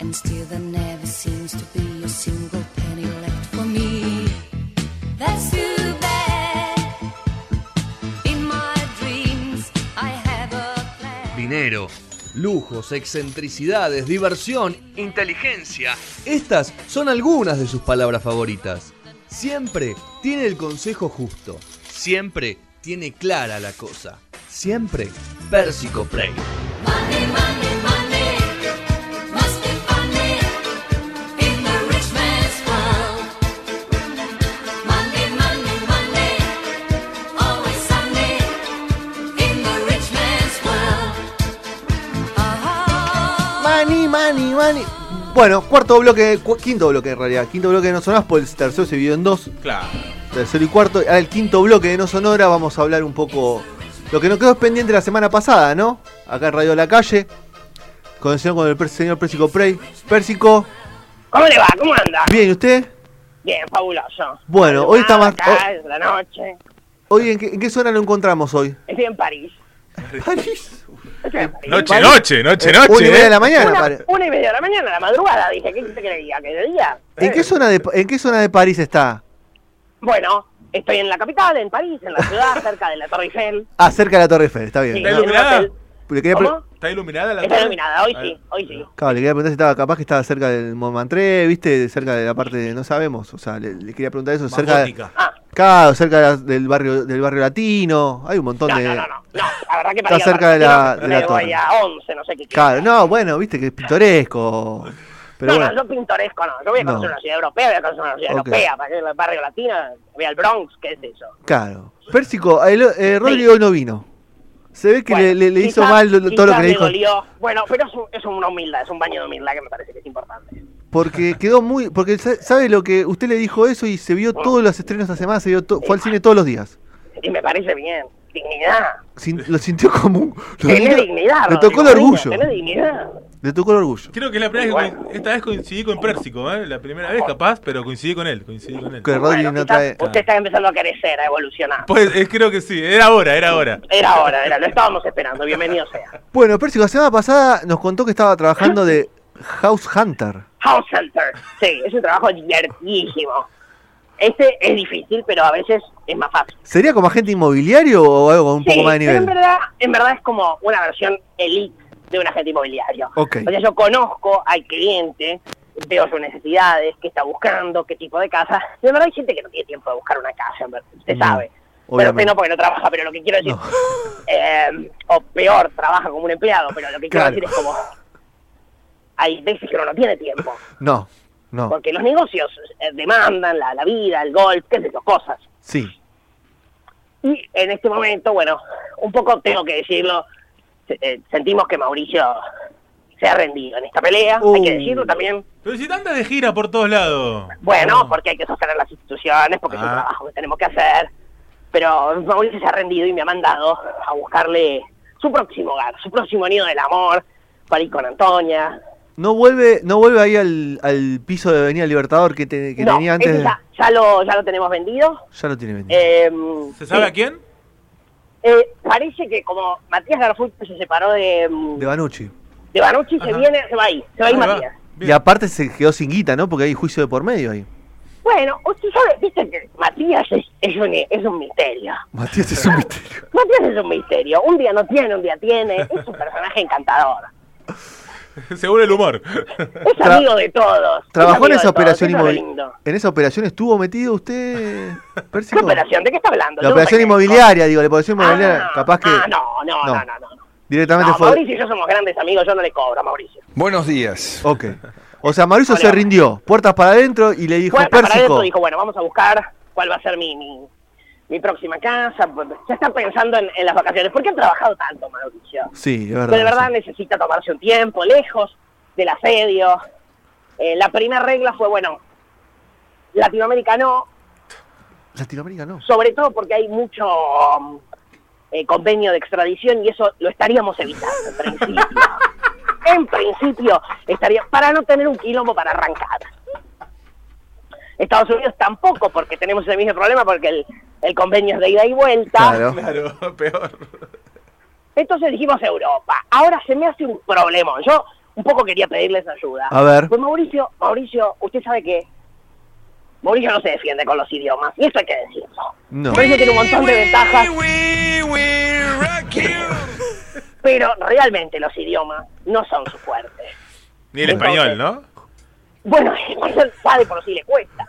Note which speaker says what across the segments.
Speaker 1: And still there never seems to be a single penny left for me. That's too bad. In my dreams, I have a plan.
Speaker 2: Dinero, lujos, excentricidades, diversión, inteligencia. Estas son algunas de sus palabras favoritas. Siempre tiene el consejo justo. Siempre tiene clara la cosa. Siempre Percy Prey.
Speaker 1: Money, money, money must be funny in the rich man's world. Money, money, money, always sunny in the rich man's world. Uh-huh.
Speaker 3: Mani, mani, mani. Bueno, cuarto bloque, cu- quinto bloque en realidad. Quinto bloque de No Sonoras, por el tercero se dividió en dos.
Speaker 4: Claro.
Speaker 3: Tercero y cuarto. Ahora el quinto bloque de No Sonora, vamos a hablar un poco. Lo que nos quedó pendiente la semana pasada, ¿no? Acá en Radio La Calle. Con el señor, con el per- señor Pérsico Prey. Pérsico,
Speaker 5: ¿Cómo le va? ¿Cómo anda?
Speaker 3: bien, ¿y usted?
Speaker 5: Bien, fabuloso.
Speaker 3: Bueno, hoy está más-
Speaker 5: Acá, es la noche.
Speaker 3: Hoy, ¿en qué, en qué zona lo encontramos hoy?
Speaker 5: Estoy en París.
Speaker 3: París.
Speaker 5: Estoy en París.
Speaker 4: Noche, noche, noche, noche.
Speaker 3: Una y media
Speaker 4: ¿eh?
Speaker 3: de la mañana.
Speaker 5: Una,
Speaker 3: pare-
Speaker 5: una y media de la mañana, la madrugada, dije. ¿Qué te creía? ¿Que de día?
Speaker 3: ¿En qué,
Speaker 5: Eh,
Speaker 3: zona de, ¿En qué zona de París está?
Speaker 5: Bueno, estoy en la capital, en París, en la ciudad, cerca de la Torre Eiffel.
Speaker 3: Ah, cerca de la Torre Eiffel, está bien.
Speaker 5: Sí,
Speaker 4: ¿Está
Speaker 5: en un
Speaker 4: iluminada?
Speaker 5: hotel.
Speaker 3: Le quería pre-
Speaker 5: ¿Cómo?
Speaker 4: ¿Está iluminada la
Speaker 5: Está
Speaker 4: tarde?
Speaker 5: iluminada, hoy
Speaker 4: Ah,
Speaker 5: sí, hoy sí.
Speaker 3: Claro, le quería preguntar si estaba capaz que estaba cerca del Montmartre, viste, cerca de la parte de no sabemos, o sea, le, le quería preguntar eso,
Speaker 4: más
Speaker 3: cerca, de-
Speaker 4: gótica.
Speaker 5: Ah,
Speaker 3: claro, cerca de la- del barrio del barrio latino, hay un montón
Speaker 5: no,
Speaker 3: de,
Speaker 5: no, no, no. No, la verdad que
Speaker 3: Está
Speaker 5: París a
Speaker 3: cerca de la-
Speaker 5: Barcelona
Speaker 3: de la
Speaker 5: me voy
Speaker 3: torre.
Speaker 5: a 11, no sé qué.
Speaker 3: claro, no, bueno, viste que es pintoresco, pero
Speaker 5: no,
Speaker 3: bueno,
Speaker 5: no, yo pintoresco no. Yo voy a conocer
Speaker 3: No.
Speaker 5: una ciudad europea, voy a conocer una ciudad
Speaker 3: Ok.
Speaker 5: europea. Para que el barrio latino, voy al Bronx, ¿qué es eso?
Speaker 3: claro, Pérsico, el, eh, Rodri hoy no vino, se ve que
Speaker 5: Bueno,
Speaker 3: le, le- le hizo
Speaker 5: quizás-
Speaker 3: mal lo- todo lo
Speaker 5: quizás
Speaker 3: que le
Speaker 5: me
Speaker 3: dijo,
Speaker 5: dolió. Bueno, pero es, un- es una humildad, es un baño de humildad que me parece que es importante.
Speaker 3: porque quedó muy, porque sa- sabe lo que usted le dijo eso y se vio todos los estrenos esta semana, se vio to-
Speaker 5: Eh,
Speaker 3: fue al cine todos los días,
Speaker 5: Y me parece bien. Dignidad.
Speaker 3: Sin- lo sintió como un, lo
Speaker 5: Tené
Speaker 3: sintió-
Speaker 5: dignidad.
Speaker 3: le
Speaker 5: Rodrigo
Speaker 3: tocó el
Speaker 5: Peña,
Speaker 3: orgullo,
Speaker 5: Tené dignidad.
Speaker 3: le tocó el orgullo.
Speaker 4: Creo que es la primera vez que con- esta vez coincidí con Pérsico, ¿eh? La primera vez capaz, pero coincidí con él, coincidí con él.
Speaker 3: Que Rodri
Speaker 5: Bueno,
Speaker 3: no
Speaker 5: quizás
Speaker 3: trae.
Speaker 5: Usted está empezando a crecer, a evolucionar.
Speaker 4: Pues eh, creo que sí, era hora, era hora.
Speaker 5: Era hora, era, lo estábamos esperando. Bienvenido sea.
Speaker 3: Bueno, Percy, la semana pasada nos contó que estaba trabajando de House Hunter.
Speaker 5: House Hunter. Sí, es un trabajo divertidísimo. Este es difícil, pero a veces es más fácil.
Speaker 3: ¿Sería como agente inmobiliario o algo con un
Speaker 5: Sí,
Speaker 3: poco más de
Speaker 5: pero en
Speaker 3: nivel?
Speaker 5: verdad, en verdad es como una versión elite de un agente inmobiliario.
Speaker 3: Ok.
Speaker 5: O sea, yo conozco al cliente, veo sus necesidades, qué está buscando, qué tipo de casa. De verdad hay gente que no tiene tiempo de buscar una casa, en verdad, usted
Speaker 3: No,
Speaker 5: sabe. Pero
Speaker 3: obviamente.
Speaker 5: usted no porque no trabaja, pero lo que quiero decir,
Speaker 3: No.
Speaker 5: eh, o peor, trabaja como un empleado, pero lo que quiero
Speaker 3: Claro.
Speaker 5: decir es como, hay veces que uno no tiene tiempo,
Speaker 3: No, no.
Speaker 5: porque los negocios eh, demandan la, la vida, el golf, qué sé yo, cosas.
Speaker 3: Sí,
Speaker 5: Y en este momento, bueno, un poco tengo que decirlo, se- eh, sentimos que Mauricio se ha rendido en esta pelea, hay que
Speaker 3: Uh.
Speaker 5: decirlo también.
Speaker 4: Pero si anda de gira por todos lados.
Speaker 5: Bueno,
Speaker 4: No.
Speaker 5: porque hay que sostener las instituciones, porque es un
Speaker 4: Ah.
Speaker 5: trabajo que tenemos que hacer. Pero Mauricio se ha rendido y me ha mandado a buscarle su próximo hogar, su próximo nido del amor, para ir con Antonia.
Speaker 3: no vuelve, no vuelve ahí al, al piso de Avenida Libertador que, te- que
Speaker 5: No,
Speaker 3: tenía antes.
Speaker 5: ese
Speaker 3: de-
Speaker 5: ya, ya lo, ya lo tenemos vendido.
Speaker 3: Ya lo tiene vendido.
Speaker 5: Eh,
Speaker 4: ¿Se sabe
Speaker 5: sí.
Speaker 4: a quién?
Speaker 5: Eh, parece que como Matías Garfunkel se separó de, mm,
Speaker 3: de Banucci.
Speaker 5: de Banucci, se
Speaker 4: Ajá.
Speaker 5: viene, se va ahí, se va ahí
Speaker 4: Ahí va.
Speaker 5: Matías.
Speaker 4: Bien.
Speaker 3: Y aparte se quedó sin guita, ¿no? Porque hay juicio de por medio ahí.
Speaker 5: Bueno, usted sabe, viste que Matías es, es un, es un misterio.
Speaker 3: Matías es un misterio.
Speaker 5: Matías es un misterio. Un día no tiene, un día tiene. Es un personaje encantador.
Speaker 4: Según el humor.
Speaker 5: Es
Speaker 3: Tra-
Speaker 5: amigo de todos. es
Speaker 3: ¿Trabajó en
Speaker 5: amigo
Speaker 3: esa
Speaker 5: de todos,
Speaker 3: operación
Speaker 5: eso es lo
Speaker 3: inmobiliaria?
Speaker 5: lindo.
Speaker 3: ¿En esa operación estuvo metido usted,
Speaker 5: ¿Qué
Speaker 3: Pérsico?
Speaker 5: operación? ¿De qué está hablando?
Speaker 3: La
Speaker 5: Yo no
Speaker 3: operación
Speaker 5: pertenezco.
Speaker 3: inmobiliaria, digo, la operación inmobiliaria.
Speaker 5: Ah,
Speaker 3: Capaz que
Speaker 5: Ah, no, no, no,
Speaker 3: No.
Speaker 5: no. no, no.
Speaker 3: directamente
Speaker 5: No,
Speaker 3: fue.
Speaker 5: Mauricio y yo somos grandes amigos, yo no le cobro a Mauricio.
Speaker 6: Buenos días.
Speaker 3: Ok. O sea, Mauricio
Speaker 5: Hola.
Speaker 3: se rindió, puertas para adentro y le dijo,
Speaker 5: Bueno, para
Speaker 3: Pérsico,
Speaker 5: esto dijo, bueno, vamos a buscar cuál va a ser mi, mi, mi próxima casa. Ya está pensando en, en las vacaciones. ¿Por qué ha trabajado tanto, Mauricio?
Speaker 3: sí, es verdad.
Speaker 5: Pero de verdad
Speaker 3: sí.
Speaker 5: necesita tomarse un tiempo, lejos del asedio. Eh, la primera regla fue, bueno, Latinoamérica no,
Speaker 3: Latinoamérica no.
Speaker 5: sobre todo porque hay mucho um, eh, convenio de extradición y eso lo estaríamos evitando en principio. en principio estaría, para no tener un quilombo para arrancar. Estados Unidos tampoco, porque tenemos el mismo problema, porque el, el convenio es de ida y vuelta.
Speaker 3: Claro.
Speaker 4: Claro, peor.
Speaker 5: Entonces dijimos Europa. Ahora se me hace un problemón. Yo un poco quería pedirles ayuda.
Speaker 3: A ver.
Speaker 5: Pues Mauricio, Mauricio, usted sabe que Mauricio no se defiende con los idiomas, y eso hay que decirlo.
Speaker 3: No.
Speaker 5: Mauricio tiene un montón de ventajas. Pero realmente los idiomas no son su fuerte.
Speaker 4: Ni el español, ¿no?
Speaker 5: Bueno, Mauricio sabe por si le cuesta.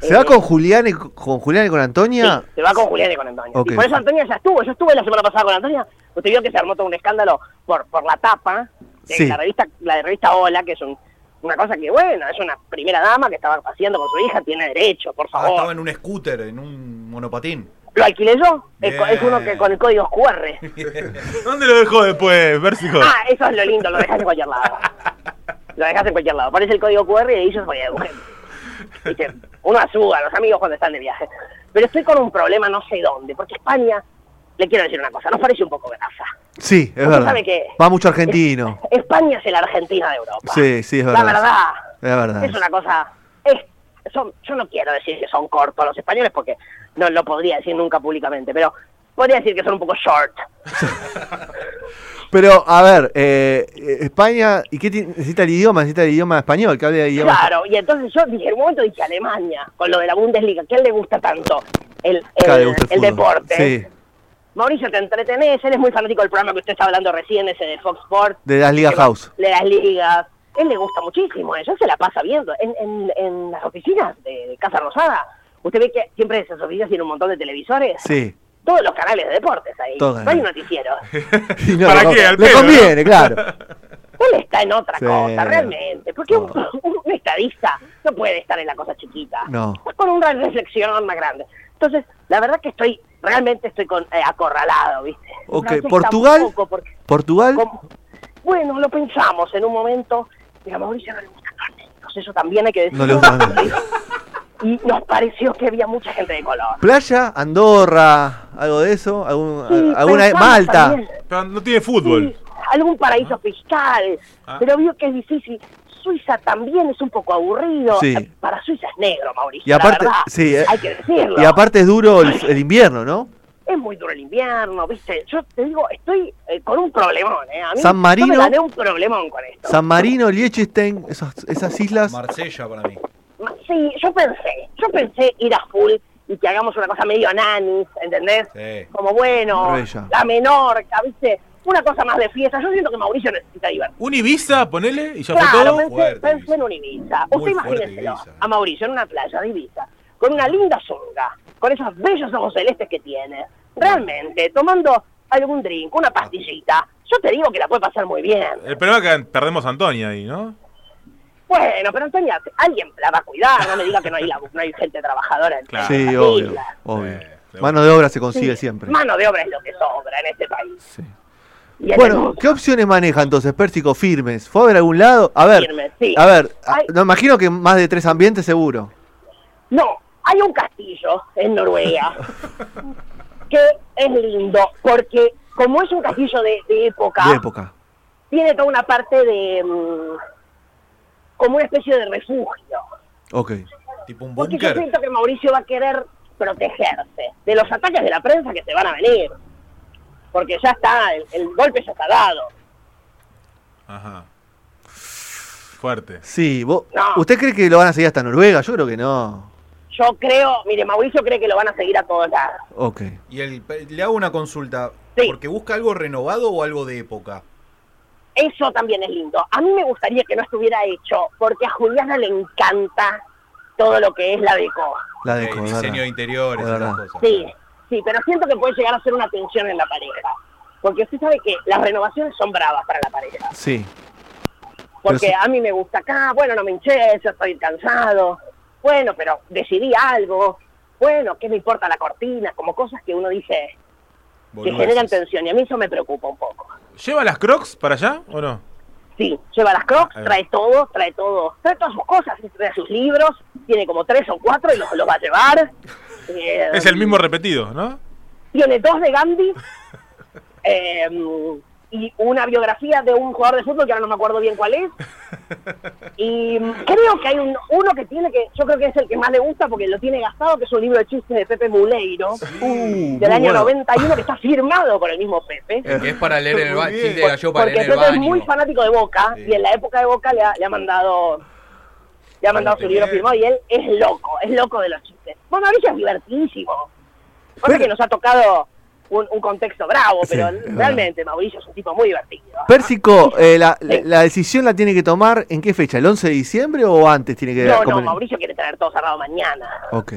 Speaker 3: ¿Se va con Julián y con, Julián y con Antonia?
Speaker 5: eh, Sí, se va con Julián y con Antonia.
Speaker 3: Ok.
Speaker 5: Y por eso Antonia ya estuvo. Yo estuve la semana pasada con Antonia. Usted vio que se armó todo un escándalo por, por la tapa de
Speaker 3: Sí.
Speaker 5: la revista la de revista Hola, que es un- una cosa que, bueno, es una primera dama que estaba paseando con su hija, tiene derecho, por
Speaker 6: Ah,
Speaker 5: favor.
Speaker 6: estaba en un scooter, en un monopatín.
Speaker 5: Lo alquilé yo. Es, co-
Speaker 6: Bien.
Speaker 5: es uno que con el código QR.
Speaker 4: ¿Dónde lo dejó después, Versico?
Speaker 5: Ah, eso es lo lindo, lo dejas en cualquier lado. Lo dejas en cualquier lado. Aparece el código QR y ahí yo soy Eugenio. Viste, Uno ayuda a los amigos cuando están de viaje. Pero estoy con un problema no sé dónde, porque España, le quiero decir una cosa, nos parece un poco grasa.
Speaker 3: Sí, es
Speaker 5: Usted
Speaker 3: verdad.
Speaker 5: sabe que-
Speaker 3: Va mucho argentino.
Speaker 5: Es- España es la Argentina de Europa.
Speaker 3: Sí, sí, es verdad.
Speaker 5: La verdad.
Speaker 3: Es verdad.
Speaker 5: Es una cosa... es- son, yo no quiero decir que son cortos los españoles porque no lo podría decir nunca públicamente, pero podría decir que son un poco short.
Speaker 3: Pero, a ver, eh, eh, España, ¿y qué ti- necesita el idioma? Necesita el idioma español, que hable el idioma.
Speaker 5: Claro, y entonces yo dije, en un momento dije Alemania, con lo de la Bundesliga, ¿quién le gusta tanto? El, el,
Speaker 3: Claro, le gusta el
Speaker 5: el
Speaker 3: fútbol.
Speaker 5: deporte.
Speaker 3: Sí,
Speaker 5: Mauricio, te entretenés, él es muy fanático del programa que usted está hablando recién, ese de Fox Sports.
Speaker 3: de las Liga
Speaker 5: que va-
Speaker 3: House.
Speaker 5: De las ligas. Él le gusta muchísimo eso, él se la pasa viendo. En, en, en las oficinas de, de Casa Rosada, usted ve que siempre esas oficinas tienen un montón de televisores.
Speaker 3: Sí.
Speaker 5: Todos los canales de deportes ahí.
Speaker 3: Todos.
Speaker 5: No hay noticieros.
Speaker 3: Y no,
Speaker 4: ¿Para
Speaker 3: le-
Speaker 4: qué? Al
Speaker 3: Le
Speaker 4: pedo,
Speaker 3: conviene, claro.
Speaker 5: Él está en otra
Speaker 3: Sí. Oh.
Speaker 5: cosa, realmente. Porque un, un- un estadista no puede estar en la cosa chiquita.
Speaker 3: No.
Speaker 5: Está Con una reflexión más grande. Entonces, la verdad que estoy, realmente estoy con, eh, acorralado, ¿viste?
Speaker 3: Ok,
Speaker 5: Francesca,
Speaker 3: Portugal.
Speaker 5: un poco, porque-
Speaker 3: Portugal,
Speaker 5: como- bueno, lo pensamos en un momento. Mira, Mauricio no le gusta carne. Entonces, eso también hay que decir.
Speaker 3: no le gusta. nada.
Speaker 5: Y nos pareció que había mucha gente de color.
Speaker 3: Playa, Andorra, algo de eso, algún-
Speaker 5: Sí,
Speaker 3: alguna
Speaker 5: pensamos
Speaker 3: Malta.
Speaker 5: también.
Speaker 4: Pero no tiene fútbol.
Speaker 5: Sí, algún paraíso fiscal,
Speaker 4: Ah.
Speaker 5: pero vio que es difícil. Suiza también es un poco aburrido.
Speaker 3: Sí.
Speaker 5: Eh, Para Suiza es negro, Mauricio.
Speaker 3: Y aparte,
Speaker 5: la verdad,
Speaker 3: sí, eh,
Speaker 5: hay que decirlo.
Speaker 3: y aparte es duro el, el invierno, ¿no?
Speaker 5: es muy duro el invierno, ¿viste? Yo te digo, estoy eh, con un problemón, ¿eh? A mí,
Speaker 3: San Marino.
Speaker 5: Yo me gané un problemón con esto.
Speaker 3: San Marino, Liechtenstein, esas, esas islas.
Speaker 6: Marsella para mí.
Speaker 5: Ma- Sí, yo pensé, yo pensé ir a full y que hagamos una cosa medio nanis, ¿entendés?
Speaker 6: Sí.
Speaker 5: Como bueno,
Speaker 3: Marbella.
Speaker 5: la menorca, ¿viste? Una cosa más de fiesta. Yo siento que Mauricio necesita divertirse.
Speaker 4: Un Ibiza, ponele, y ya fue
Speaker 5: Claro,
Speaker 4: todo.
Speaker 5: pensé,
Speaker 6: Fuerte,
Speaker 5: pensé
Speaker 6: Ibiza.
Speaker 5: en un Ibiza.
Speaker 6: Muy
Speaker 5: Usted
Speaker 6: fuerte,
Speaker 5: imagínenselo
Speaker 6: Ibiza.
Speaker 5: a Mauricio en una playa de Ibiza, con una linda zunga, con esos bellos ojos celestes que tiene, realmente tomando algún drink, una pastillita. Yo te digo que la puede pasar muy bien.
Speaker 4: El problema es que Eh, perdemos a Antonia ahí, ¿no?
Speaker 5: Bueno, pero Antonia, alguien la va a cuidar, no me diga que no hay, la- no hay gente trabajadora en
Speaker 4: Claro.
Speaker 5: en
Speaker 3: Sí,
Speaker 5: las
Speaker 3: obvio,
Speaker 5: islas.
Speaker 3: obvio.
Speaker 4: Eh, de
Speaker 3: Mano de obra se
Speaker 5: Sí,
Speaker 3: consigue siempre.
Speaker 5: Mano de obra es lo que sobra en este país.
Speaker 3: Sí.
Speaker 5: Y en el
Speaker 3: Bueno,
Speaker 5: mundo.
Speaker 3: ¿qué opciones maneja entonces Pérsico firmes? ¿Fue a ver algún lado? A ver,
Speaker 5: Firmes, sí.
Speaker 3: a ver, a-
Speaker 5: Ay.
Speaker 3: no imagino que más de tres ambientes seguro.
Speaker 5: No, hay un castillo en Noruega que es lindo porque como es un castillo de, de época,
Speaker 3: De época.
Speaker 5: tiene toda una parte de mm, como una especie de refugio.
Speaker 3: Ok.
Speaker 6: Tipo un
Speaker 5: Porque yo
Speaker 6: búnker.
Speaker 5: siento que Mauricio va a querer protegerse de los ataques de la prensa que se van a venir. Porque ya está, el, el golpe ya está dado.
Speaker 4: Ajá. Fuerte.
Speaker 3: Sí, vos,
Speaker 5: No.
Speaker 3: ¿usted cree que lo van a seguir hasta Noruega? Yo creo que no.
Speaker 5: Yo creo, mire, Mauricio cree que lo van a seguir a todos lados.
Speaker 3: Ok.
Speaker 6: Y el, pe- le hago una consulta.
Speaker 5: Sí.
Speaker 6: ¿Porque busca algo renovado o algo de época?
Speaker 5: Eso también es lindo. A mí me gustaría que no estuviera hecho, porque a Juliana le encanta todo lo que es la deco.
Speaker 3: La
Speaker 6: Eh,
Speaker 3: Ah, de Córdoba.
Speaker 6: diseño de interiores,
Speaker 3: Es
Speaker 6: esas
Speaker 3: verdad.
Speaker 6: cosas.
Speaker 5: Sí, sí, pero siento que puede llegar a ser una tensión en la pareja. Porque usted sabe que las renovaciones son bravas para la pareja.
Speaker 3: Sí.
Speaker 5: Porque
Speaker 3: Pero
Speaker 5: a mí me gusta acá, bueno, no me hinché, yo estoy cansado. Bueno, pero decidí algo. Bueno, ¿qué me importa la cortina? Como cosas que uno dice que
Speaker 6: Boludeces.
Speaker 5: generan tensión. Y a mí eso me preocupa un poco.
Speaker 4: ¿Lleva las crocs para allá o no?
Speaker 5: Sí, lleva las crocs,
Speaker 4: Ahí va.
Speaker 5: trae todo, trae todo, trae todas sus cosas, trae sus libros, tiene como tres o cuatro y los, los va a llevar. Eh,
Speaker 4: Es el mismo repetido, ¿no?
Speaker 5: Tiene dos de Gandhi. Eh, y una biografía de un jugador de fútbol que ahora no me acuerdo bien cuál es. Y mm, creo que hay un- uno que tiene que, yo creo que es el que más le gusta porque lo tiene gastado, que es un libro de chistes de Pepe Muleiro,
Speaker 3: Uh,
Speaker 5: del
Speaker 3: muy
Speaker 5: año
Speaker 3: bueno.
Speaker 5: 91, que está firmado por el mismo Pepe.
Speaker 7: Que es para leer en el baño.
Speaker 4: Muy
Speaker 7: Chiste
Speaker 4: bien.
Speaker 7: gallo para
Speaker 5: Porque
Speaker 7: leer en el
Speaker 5: Pepe es muy
Speaker 7: baño.
Speaker 5: fanático de Boca
Speaker 6: Sí.
Speaker 5: y en la época de Boca le ha, le ha mandado le ha mandado su libro
Speaker 6: bien.
Speaker 5: firmado y él es loco, es loco de los chistes. Bueno, ahorita es divertidísimo. Cosa
Speaker 3: Pero-
Speaker 5: que nos ha tocado un, un contexto bravo,
Speaker 3: Sí,
Speaker 5: pero
Speaker 3: es verdad.
Speaker 5: realmente Mauricio es un tipo muy divertido.
Speaker 3: Pérsico, eh, la, la- la decisión la tiene que tomar en qué fecha, el 11 de diciembre o antes tiene que
Speaker 5: No, no,
Speaker 3: convenir?
Speaker 5: Mauricio quiere tener todo cerrado mañana.
Speaker 3: Ok.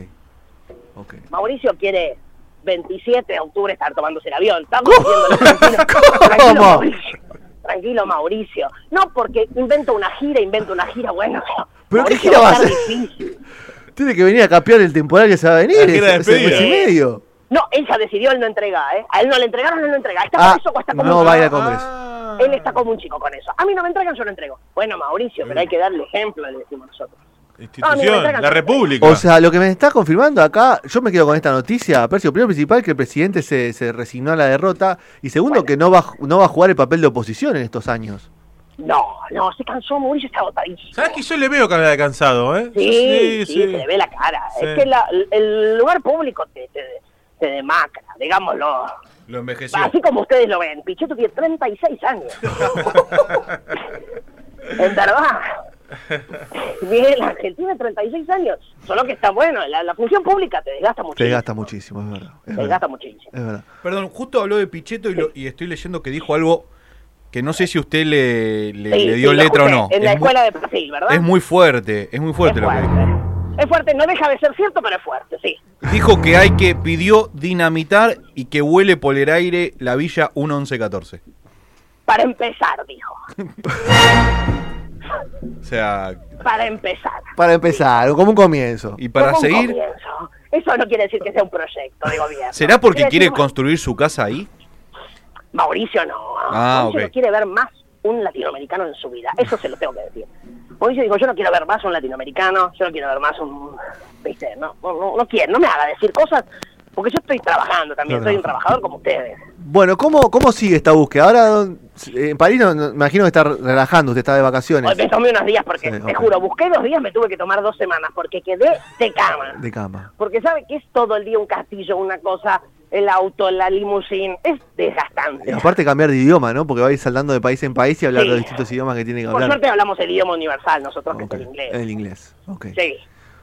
Speaker 3: ok.
Speaker 5: Mauricio quiere 27 de octubre estar tomándose el avión. Estamos diciendo Tranquilo,
Speaker 3: ¿Cómo?
Speaker 5: Mauricio. Tranquilo, Mauricio. No, porque invento una gira, invento una gira, bueno.
Speaker 3: ¿Pero qué
Speaker 5: Mauricio,
Speaker 3: gira va a
Speaker 5: estar
Speaker 3: hacer?
Speaker 5: difícil.
Speaker 3: Tiene que venir a campear el temporal y se va a venir
Speaker 4: La gira de
Speaker 3: ese, ese mes y
Speaker 4: despedida.
Speaker 3: medio.
Speaker 5: No, él ya decidió, él no entrega, ¿eh? A él no le entregaron, él no entrega. Está
Speaker 3: Ah,
Speaker 5: con eso o está como
Speaker 3: no
Speaker 5: un
Speaker 3: va a ir
Speaker 5: chico.
Speaker 3: al Congreso.
Speaker 6: Ah.
Speaker 5: Él está como un chico con eso. A mí no me entregan, yo no entrego. Bueno, Mauricio, pero hay que darle ejemplo, le decimos nosotros. No,
Speaker 4: Institución,
Speaker 5: Ah, mira,
Speaker 4: la República.
Speaker 3: O sea, lo que me está confirmando acá, yo me quedo con esta noticia, Percio, primero principal, que el presidente se, se resignó a la derrota y segundo, que no va, a ju- no va a jugar el papel de oposición en estos años.
Speaker 5: No, no, se cansó, Mauricio está agotadísimo.
Speaker 4: ¿Sabes que yo le veo cara de cansado, eh?
Speaker 5: Sí, sí, se le ve la cara.
Speaker 4: Sí.
Speaker 5: Es que la- el lugar público te, te, te demacra, digámoslo.
Speaker 6: Lo envejeció.
Speaker 5: Así como ustedes lo ven, Pichetto tiene 36 años. en verdad. Bien, la Argentina 36 años. Solo que está bueno, la, la función pública te desgasta muchísimo.
Speaker 3: Te gasta muchísimo, es verdad. Es
Speaker 5: Te
Speaker 3: verdad.
Speaker 5: gasta muchísimo.
Speaker 3: Es verdad.
Speaker 6: Perdón, justo habló de Pichetto y, lo- y estoy leyendo que dijo algo que no sé si usted le, Eh, le-
Speaker 5: Sí,
Speaker 6: le dio
Speaker 5: sí, lo
Speaker 6: letra o
Speaker 5: escuché,
Speaker 6: no.
Speaker 5: En la
Speaker 6: es, muy,
Speaker 5: escuela de Brasil, ¿verdad?
Speaker 6: es muy fuerte, es muy fuerte
Speaker 5: Es
Speaker 6: lo que dijo.
Speaker 5: fuerte. Es fuerte, no deja de ser cierto, pero es fuerte, sí.
Speaker 6: Dijo que hay que pidió dinamitar y que huele por el aire la villa 1114.
Speaker 5: Para empezar, dijo.
Speaker 6: O sea,
Speaker 5: Para empezar.
Speaker 3: Para empezar, como un comienzo.
Speaker 6: y para
Speaker 5: Como Pues un
Speaker 6: seguir,
Speaker 5: comienzo. Eso no quiere decir que sea un proyecto de gobierno.
Speaker 6: ¿será porque
Speaker 5: decir,
Speaker 6: quiere
Speaker 5: bueno,
Speaker 6: construir su casa ahí?
Speaker 5: Mauricio no.
Speaker 6: Ah,
Speaker 5: Mauricio
Speaker 6: ok.
Speaker 5: no quiere ver más un latinoamericano en su vida. Eso se lo tengo que decir. Mauricio dijo, yo no quiero ver más un latinoamericano, yo no quiero ver más un... ¿Viste? No, no, no, no quiero, no me haga decir cosas, porque yo estoy trabajando también,
Speaker 3: No,
Speaker 5: soy
Speaker 3: no.
Speaker 5: un trabajador como ustedes.
Speaker 3: Bueno, ¿cómo, cómo sigue esta búsqueda? Ahora, don- eh, en París, no- no- me imagino que está relajando, usted está de vacaciones
Speaker 5: Hoy me tomé unos días porque,
Speaker 3: Sí,
Speaker 5: te
Speaker 3: ok.
Speaker 5: juro, busqué dos días, me tuve que tomar dos semanas, porque quedé de cama.
Speaker 3: de cama.
Speaker 5: Porque sabe que es todo el día un castillo, una cosa, el auto, la limusín, es
Speaker 3: Y
Speaker 5: desgastante.
Speaker 3: aparte cambiar de idioma, ¿no? Porque va a ir saltando de país en país y hablar
Speaker 5: Sí.
Speaker 3: los distintos idiomas que tiene que
Speaker 5: Por
Speaker 3: hablar.
Speaker 5: suerte hablamos el idioma universal nosotros, que
Speaker 3: Ok, Eh,
Speaker 5: es el inglés.
Speaker 3: El inglés. ok.
Speaker 5: Sí.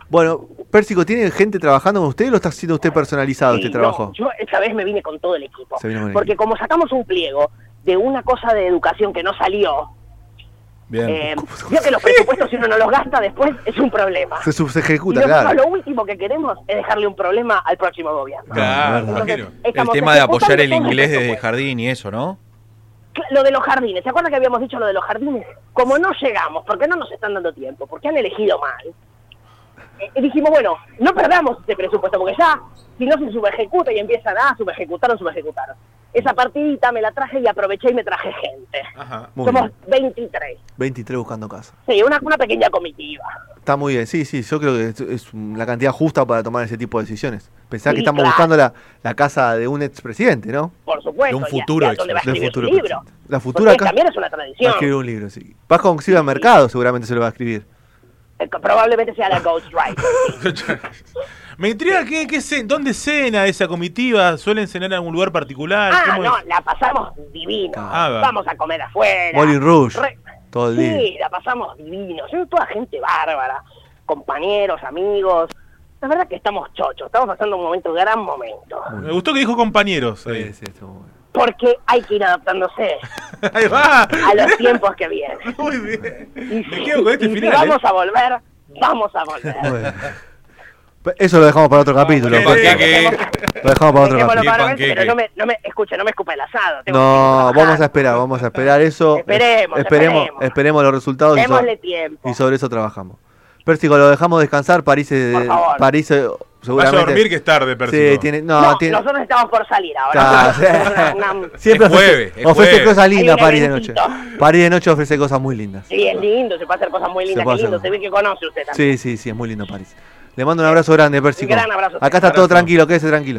Speaker 3: Bueno, Pérsico, ¿tiene gente trabajando con usted o lo está haciendo usted personalizado
Speaker 5: Sí,
Speaker 3: este trabajo?
Speaker 5: no, yo esta vez me vine con todo el equipo.
Speaker 3: Se vino con el
Speaker 5: porque
Speaker 3: equipo.
Speaker 5: como sacamos un pliego de una cosa de educación que no salió,
Speaker 6: Bien.
Speaker 5: eh, vio que los presupuestos si uno no los gasta después es un problema.
Speaker 3: Se, sub- se
Speaker 5: Y
Speaker 3: ejecuta,
Speaker 5: nosotros
Speaker 3: claro.
Speaker 5: lo último que queremos es dejarle un problema al próximo
Speaker 3: Ah,
Speaker 5: gobierno.
Speaker 4: Claro,
Speaker 3: No, no, no.
Speaker 4: imagino.
Speaker 6: el
Speaker 5: estamos
Speaker 6: tema de apoyar el
Speaker 5: ejecutando todo
Speaker 6: inglés
Speaker 5: nuestro
Speaker 6: desde el
Speaker 5: presupuesto.
Speaker 6: jardín y eso, ¿no?
Speaker 5: Lo de los jardines, ¿se acuerdan que habíamos dicho lo de los jardines? Como no llegamos, porque no nos están dando tiempo, porque han elegido mal, eh, dijimos, bueno, no perdamos este presupuesto, porque ya, si no se subejecuta y empiezan a subejecutar o subejecutar. Esa partidita me la traje y aproveché y me traje gente.
Speaker 3: Ah, Muy
Speaker 5: Somos
Speaker 3: bien.
Speaker 5: 23.
Speaker 3: 23 buscando casa.
Speaker 5: Sí, una, una pequeña comitiva.
Speaker 3: Está muy bien, sí, sí, yo creo que es, es la cantidad justa para tomar ese tipo de decisiones. Pensá
Speaker 5: Sí,
Speaker 3: que estamos
Speaker 5: claro.
Speaker 3: buscando la, la casa de un expresidente, ¿no?
Speaker 5: Por supuesto.
Speaker 6: De un
Speaker 5: y a-
Speaker 6: futuro
Speaker 5: y a dónde va a
Speaker 6: ex- del
Speaker 5: escribir
Speaker 3: futuro
Speaker 5: su libro.
Speaker 3: presidente. La futura
Speaker 5: Porque
Speaker 3: ca-
Speaker 5: también es una
Speaker 3: Va a
Speaker 5: tradición.
Speaker 3: escribir un libro, sí. Vas con Silvia Mercado, seguramente se lo va a escribir.
Speaker 5: Eh, Probablemente sea la Ghostwriter.
Speaker 4: Me intriga qué, qué ce- dónde cena esa comitiva. ¿Suelen cenar en algún lugar particular?
Speaker 5: ah,
Speaker 4: ¿Cómo
Speaker 5: no,
Speaker 4: es?
Speaker 5: la pasamos divino.
Speaker 4: Ah, va.
Speaker 5: Vamos a comer afuera.
Speaker 3: Moulin Rouge,
Speaker 5: Re-
Speaker 3: todo el
Speaker 5: Sí,
Speaker 3: día.
Speaker 5: la pasamos divino. Son toda gente bárbara. Compañeros, amigos. La verdad que estamos chochos. Estamos pasando un momento, gran momento.
Speaker 4: Me gustó que dijo compañeros.
Speaker 3: Sí,
Speaker 4: ahí.
Speaker 3: sí, está muy bueno.
Speaker 5: Porque hay que ir adaptándose
Speaker 4: Ahí va.
Speaker 5: a los tiempos que vienen.
Speaker 4: Muy bien.
Speaker 5: Y
Speaker 4: Me
Speaker 5: si-
Speaker 4: quedo con este
Speaker 5: y si
Speaker 4: final.
Speaker 5: vamos
Speaker 4: eh.
Speaker 5: a volver, vamos a volver.
Speaker 3: Bueno. Pero Eso lo dejamos para otro capítulo.
Speaker 4: qué
Speaker 3: Pablo.
Speaker 6: panqueque.
Speaker 3: Lo dejamos para otro
Speaker 5: Dejémoslo
Speaker 3: capítulo.
Speaker 5: para
Speaker 6: Qué
Speaker 5: ver, pero
Speaker 6: panqueque.
Speaker 5: no me, no me, escuche, no me escupa el asado. tengo
Speaker 3: No,
Speaker 5: que trabajar.
Speaker 3: vamos a esperar, vamos a esperar eso.
Speaker 5: Esperemos,
Speaker 3: esperemos,
Speaker 5: esperemos.
Speaker 3: esperemos los resultados. y
Speaker 5: Démosle
Speaker 3: so-
Speaker 5: tiempo.
Speaker 3: Y sobre eso trabajamos. Pérsico, lo dejamos descansar. París, eh,
Speaker 5: Por favor.
Speaker 3: París eh,
Speaker 4: Vaya
Speaker 3: seguramente.
Speaker 4: a dormir que es tarde, Percy.
Speaker 3: sí, tiene, no,
Speaker 5: No,
Speaker 3: tiene.
Speaker 5: nosotros estamos por salir ahora.
Speaker 3: Ah, sí.
Speaker 5: Una- una-
Speaker 3: Siempre
Speaker 6: Es
Speaker 3: ofrece,
Speaker 6: jueves, es
Speaker 3: ofrece
Speaker 6: jueves.
Speaker 3: cosas
Speaker 5: Hay
Speaker 3: lindas
Speaker 5: un
Speaker 3: París de noche.
Speaker 5: eventito.
Speaker 3: París de noche ofrece cosas muy lindas.
Speaker 5: Sí, es lindo, se puede hacer cosas muy lindas.
Speaker 3: puede
Speaker 5: Qué
Speaker 3: hacer
Speaker 5: lindo,
Speaker 3: cosas.
Speaker 5: se ve que conoce usted también.
Speaker 3: Sí, sí, sí, es muy lindo París. Le mando un abrazo grande, Pérsico.
Speaker 5: gran abrazo.
Speaker 3: Acá está todo
Speaker 6: Abrazo.
Speaker 3: tranquilo, quédese tranquilo.